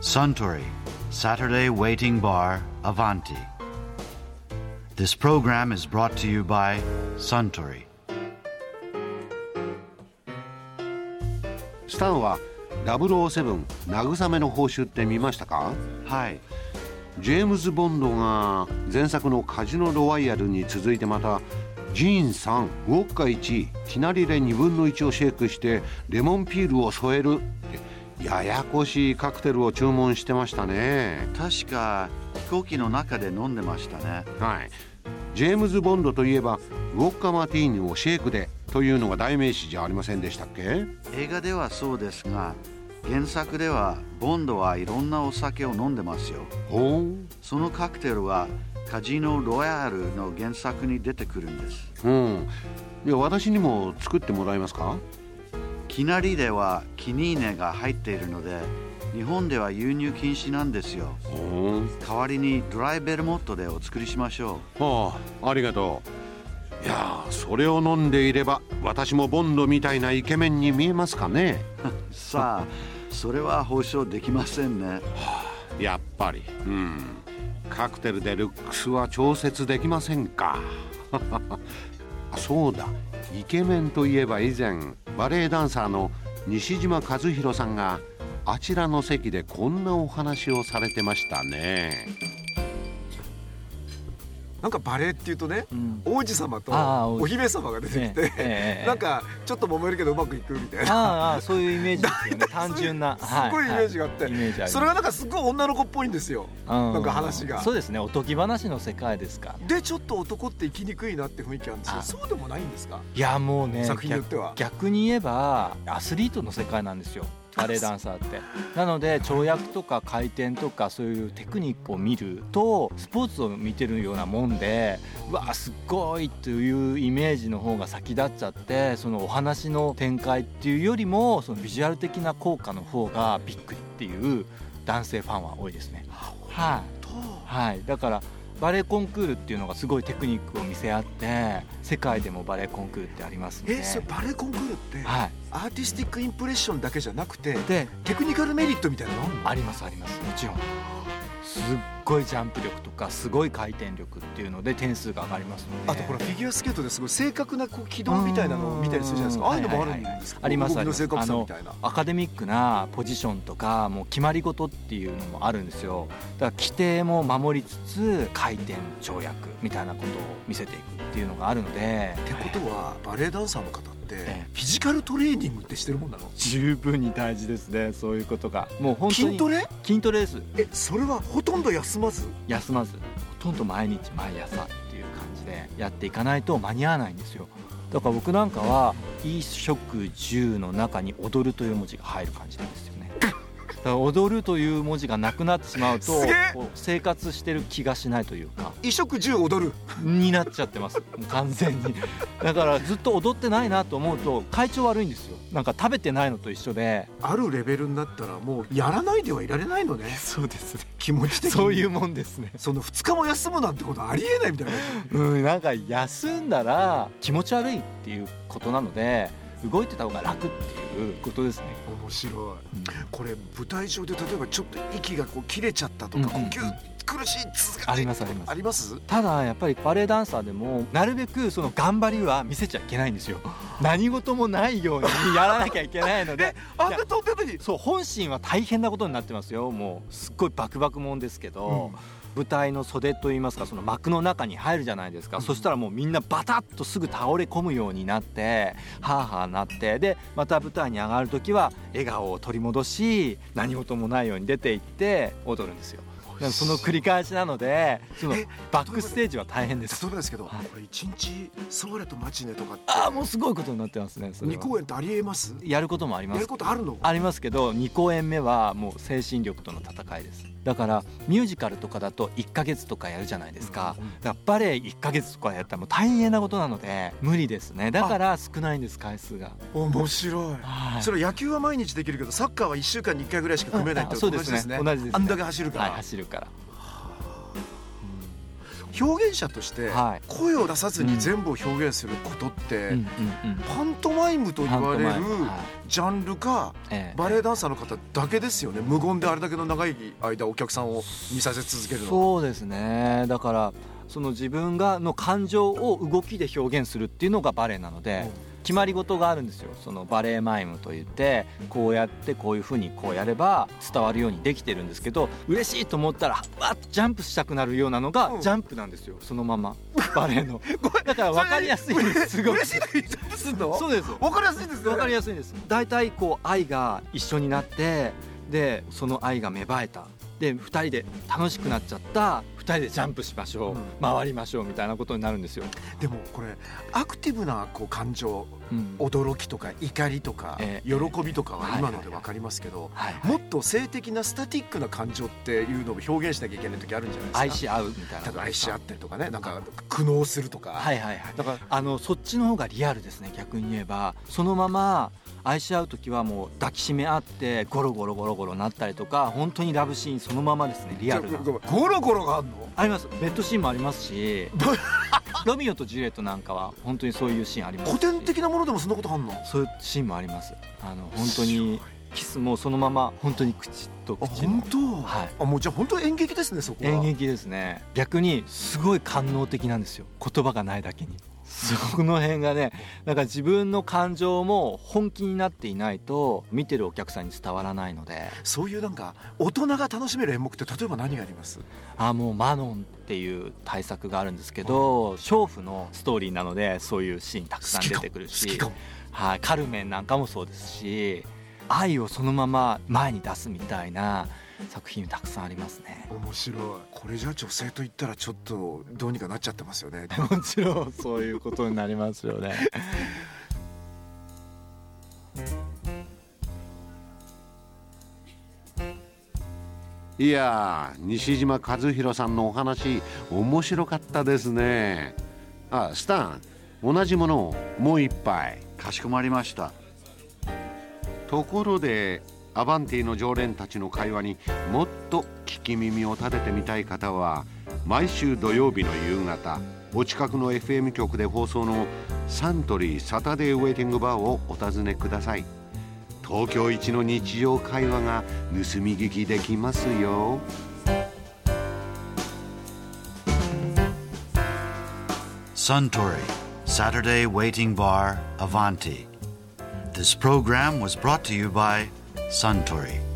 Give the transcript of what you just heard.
Suntory Saturday Waiting Bar Avanti. This program is brought to you by Suntory. スタンは007慰めの報酬って見ましたかはい、ジェームズ・ボンドが前作のカジノ・ロワイヤルに続いてまたジーン3ウォッカ1ティナリレ2分の1をシェイクしてレモンピールを添えるってややこしいカクテルを注文してましたね確か飛行機の中で飲んでましたね。はいジェームズ・ボンドといえばウォッカ・マーティーニをシェイクでというのが代名詞じゃありませんでしたっけ映画ではそうですが、原作ではボンドはいろんなお酒を飲んでますよ。ほうそのカクテルはカジノロイヤルの原作に出てくるんです。うんいや私にも作ってもらえますかきなりではキニーネが入っているので、日本では輸入禁止なんですよ。ほう代わりにドライベルモットでお作りしましょああありがとういやあそれを飲んでいれば私もボンドみたいなイケメンに見えますかね うさあそれは保証できませんねやっぱりうんカクテルでルックスは調節できませんか あそうだイケメンといえば以前バレエダンサーの西島和弘さんがあちらの席でこんなお話をされてましたねなんかバレエっていうとね、うん王子様とああ王子お姫様が出てき て、ええええなんかちょっと揉めるけどうまくいくみたいな。ああそういうイメージですよね単 純なすごいイメージがあって、イメージありますそれがなんかすごい女の子っぽいんですよ、うんなんか話がそうですねおとぎ話の世界ですからでちょっと男って生きにくいなって雰囲気あるんですよあそうでもないんですかいやもうね作品によっては逆逆に言えばアスリートの世界なんですよバレエダンサー ってなので跳躍とか回転とかそういうテクニックを見るとスポーツを見てるようなもんでうわすっごいというイメージの方が先立っちゃってそのお話の展開っていうよりもそのビジュアル的な効果の方がびっくりっていう男性ファンは多いですね。はい、とはい、だからバレエコンクールっていうのがすごいテクニックを見せ合って世界でもバレエコンクールってありますねえそれバレエコンクールって、はいアーティスティックインプレッションだけじゃなくてでテクニカルメリットみたいなのあんのありますありますもちろんすっごいジャンプ力とかすごい回転力っていうので点数が上がりますのであとほらフィギュアスケートですごい正確なこう軌道みたいなのを見たりするじゃないですかあうんあいうのもあるはんいはいはいですかあります動あきりのます正確さみたいなアカデミックなポジションとかもう決まり事っていうのもあるんですよだから規定も守りつつ回転跳躍みたいなことを見せていくっていうのがあるのでってことはバレエダンサーの方ってフえィジカルトレーニングってしてるもんなの十分に大事ですねそういうことがもう本当に筋トレ筋トレですえそれはほとんど休まず休まずほとんど毎日毎朝っていう感じでやっていかないと間に合わないんですよだから僕なんかは衣食住の中に踊るという文字が入る感じなんですよねだから踊るという文字がなくなってしまうとすげえこう生活してる気がしないというか衣食住踊るになっちゃってますもう完全にだからずっと踊ってないなと思うと体調悪いんですよなんか食べてないのと一 緒であるレベルになったらもうやらないではいられないのね そうですね気持ち的にそういうもんですねその2日も休むなんてことありえないみたいなうん、なんか休んだら気持ち悪いっていうことなので動いてた方が楽っていうことですね。面白いこれ舞台上で例えばちょっと息がこう切れちゃったとかうん呼うんうん吸苦しい続かあないりますありまあす。りますただやっぱりバレエダンサーでもなるべくその頑張りは見せちゃいけないんですよ。何事もないようにやらなきゃいけないのでえあんな飛んでたにそう本心は大変なことになってますよもうすっごいバクバクもんですけど、舞台の袖といいますかその幕の中に入るじゃないですか、うんそしたらもうみんなバタッとすぐ倒れ込むようになってハーハーなってでまた舞台に上がる時は笑顔を取り戻し何事もないように出ていって踊るんですよ。だからその繰り返しなのでそのえバックステージは大変です例え。ばですけどはいこれ一日ソーレとマチネとかってああもうすごいことになってますねそれ2は公演ってありえますやることもありまやすることあるのありますけど2公演目はもう精神力との戦いですだからミュージカルとかだと1ヶ月とかやるじゃないですか,、うんだからバレエ1ヶ月とかやったらもう大変なことなので無理ですねだから少ないんです回数が、面白いはいそれ野球は毎日できるけどサッカーは1週間に1回ぐらいしか組めないってあ同そうじでですすねね同じですねあんだけ走るかはい、ら走るから表現者としてはい声を出さずうにん全部を表現することって、うんうんうんパントマイムと言われるパントマイムはいジャンルかええバレエダンサーの方だけですよね無言であれだけの長い間お客さんを見させ続けるのそうですねだからその自分がの感情を動きで表現するっていうのがバレエなので決まり事があるんですよそのバレエマイムといってこうやってこういうふうにこうやれば伝わるようにできてるんですけど嬉しいと思ったらわっジャンプしたくなるようなのがうんジャンプなんですよそのままバレエ のだから分かりやすいんですすごい嬉しい時にジャンプするのそうですわかりやすいですねわかりやすいんです大体こう愛が一緒になってでその愛が芽生えたで2人で楽しくなっちゃった2人でジャンプしましうょう、ん回りましょうみたいなことになるんですよ、でもこれアクティブなこう感情うん驚きとか怒りとかええ喜びとかははい今のでわかりますけどはいもっと性的なスタティックな感情っていうのを表現しなきゃいけない時あるんじゃない愛ですかし合うみたいな例えば愛し合ったりとかねなんか苦悩するとかはいはいはいだからあのそっちの方がリアルですね逆に言えばそのまま愛し合う時はもう抱きしめ合ってゴロゴロゴロゴロなったりとか本当にラブシーンそのままですねリアルなゴロゴロがあんのありますベッドシーンもありますしロミオとジュリエットなんかは本当にそういうシーンありますし古典的なものでもそんなことあんのそういうシーンもありますあの本当にキスもそのまま本当に口とあ口本の当、はいあもうじゃあ本当演劇ですねそこは演劇ですね逆にすごい官能的なんですよ言葉がないだけにそこの辺がねなんか自分の感情も本気になっていないと見てるお客さんに伝わらないのでそういうなんか大人が楽しめる演目って例えば何がありますあもうマノンっていう大作があるんですけど娼婦のストーリーなのでそういうシーンたくさん出てくるし好きかもはい、カルメンなんかもそうですし愛をそのまま前に出すみたいな作品たくさんありますね面白いこれじゃあ女性と言ったらちょっとどうにかなっちゃってますよ ねもちろんそういうことになりますよねいやー西島和弘さんのお話面白かったですねあスタン同じものをもう一杯かしこまりましたところでアバンティの常連たちの会話にもっと聞き耳を立ててみたい方は毎週土曜日の夕方お近くの FM 局で放送のサントリーサタデーウェイティングバーをお尋ねください東京一の日常会話が盗み聞きできますよ Suntory Saturday Waiting Bar Avanti. This program was brought to you by Suntory.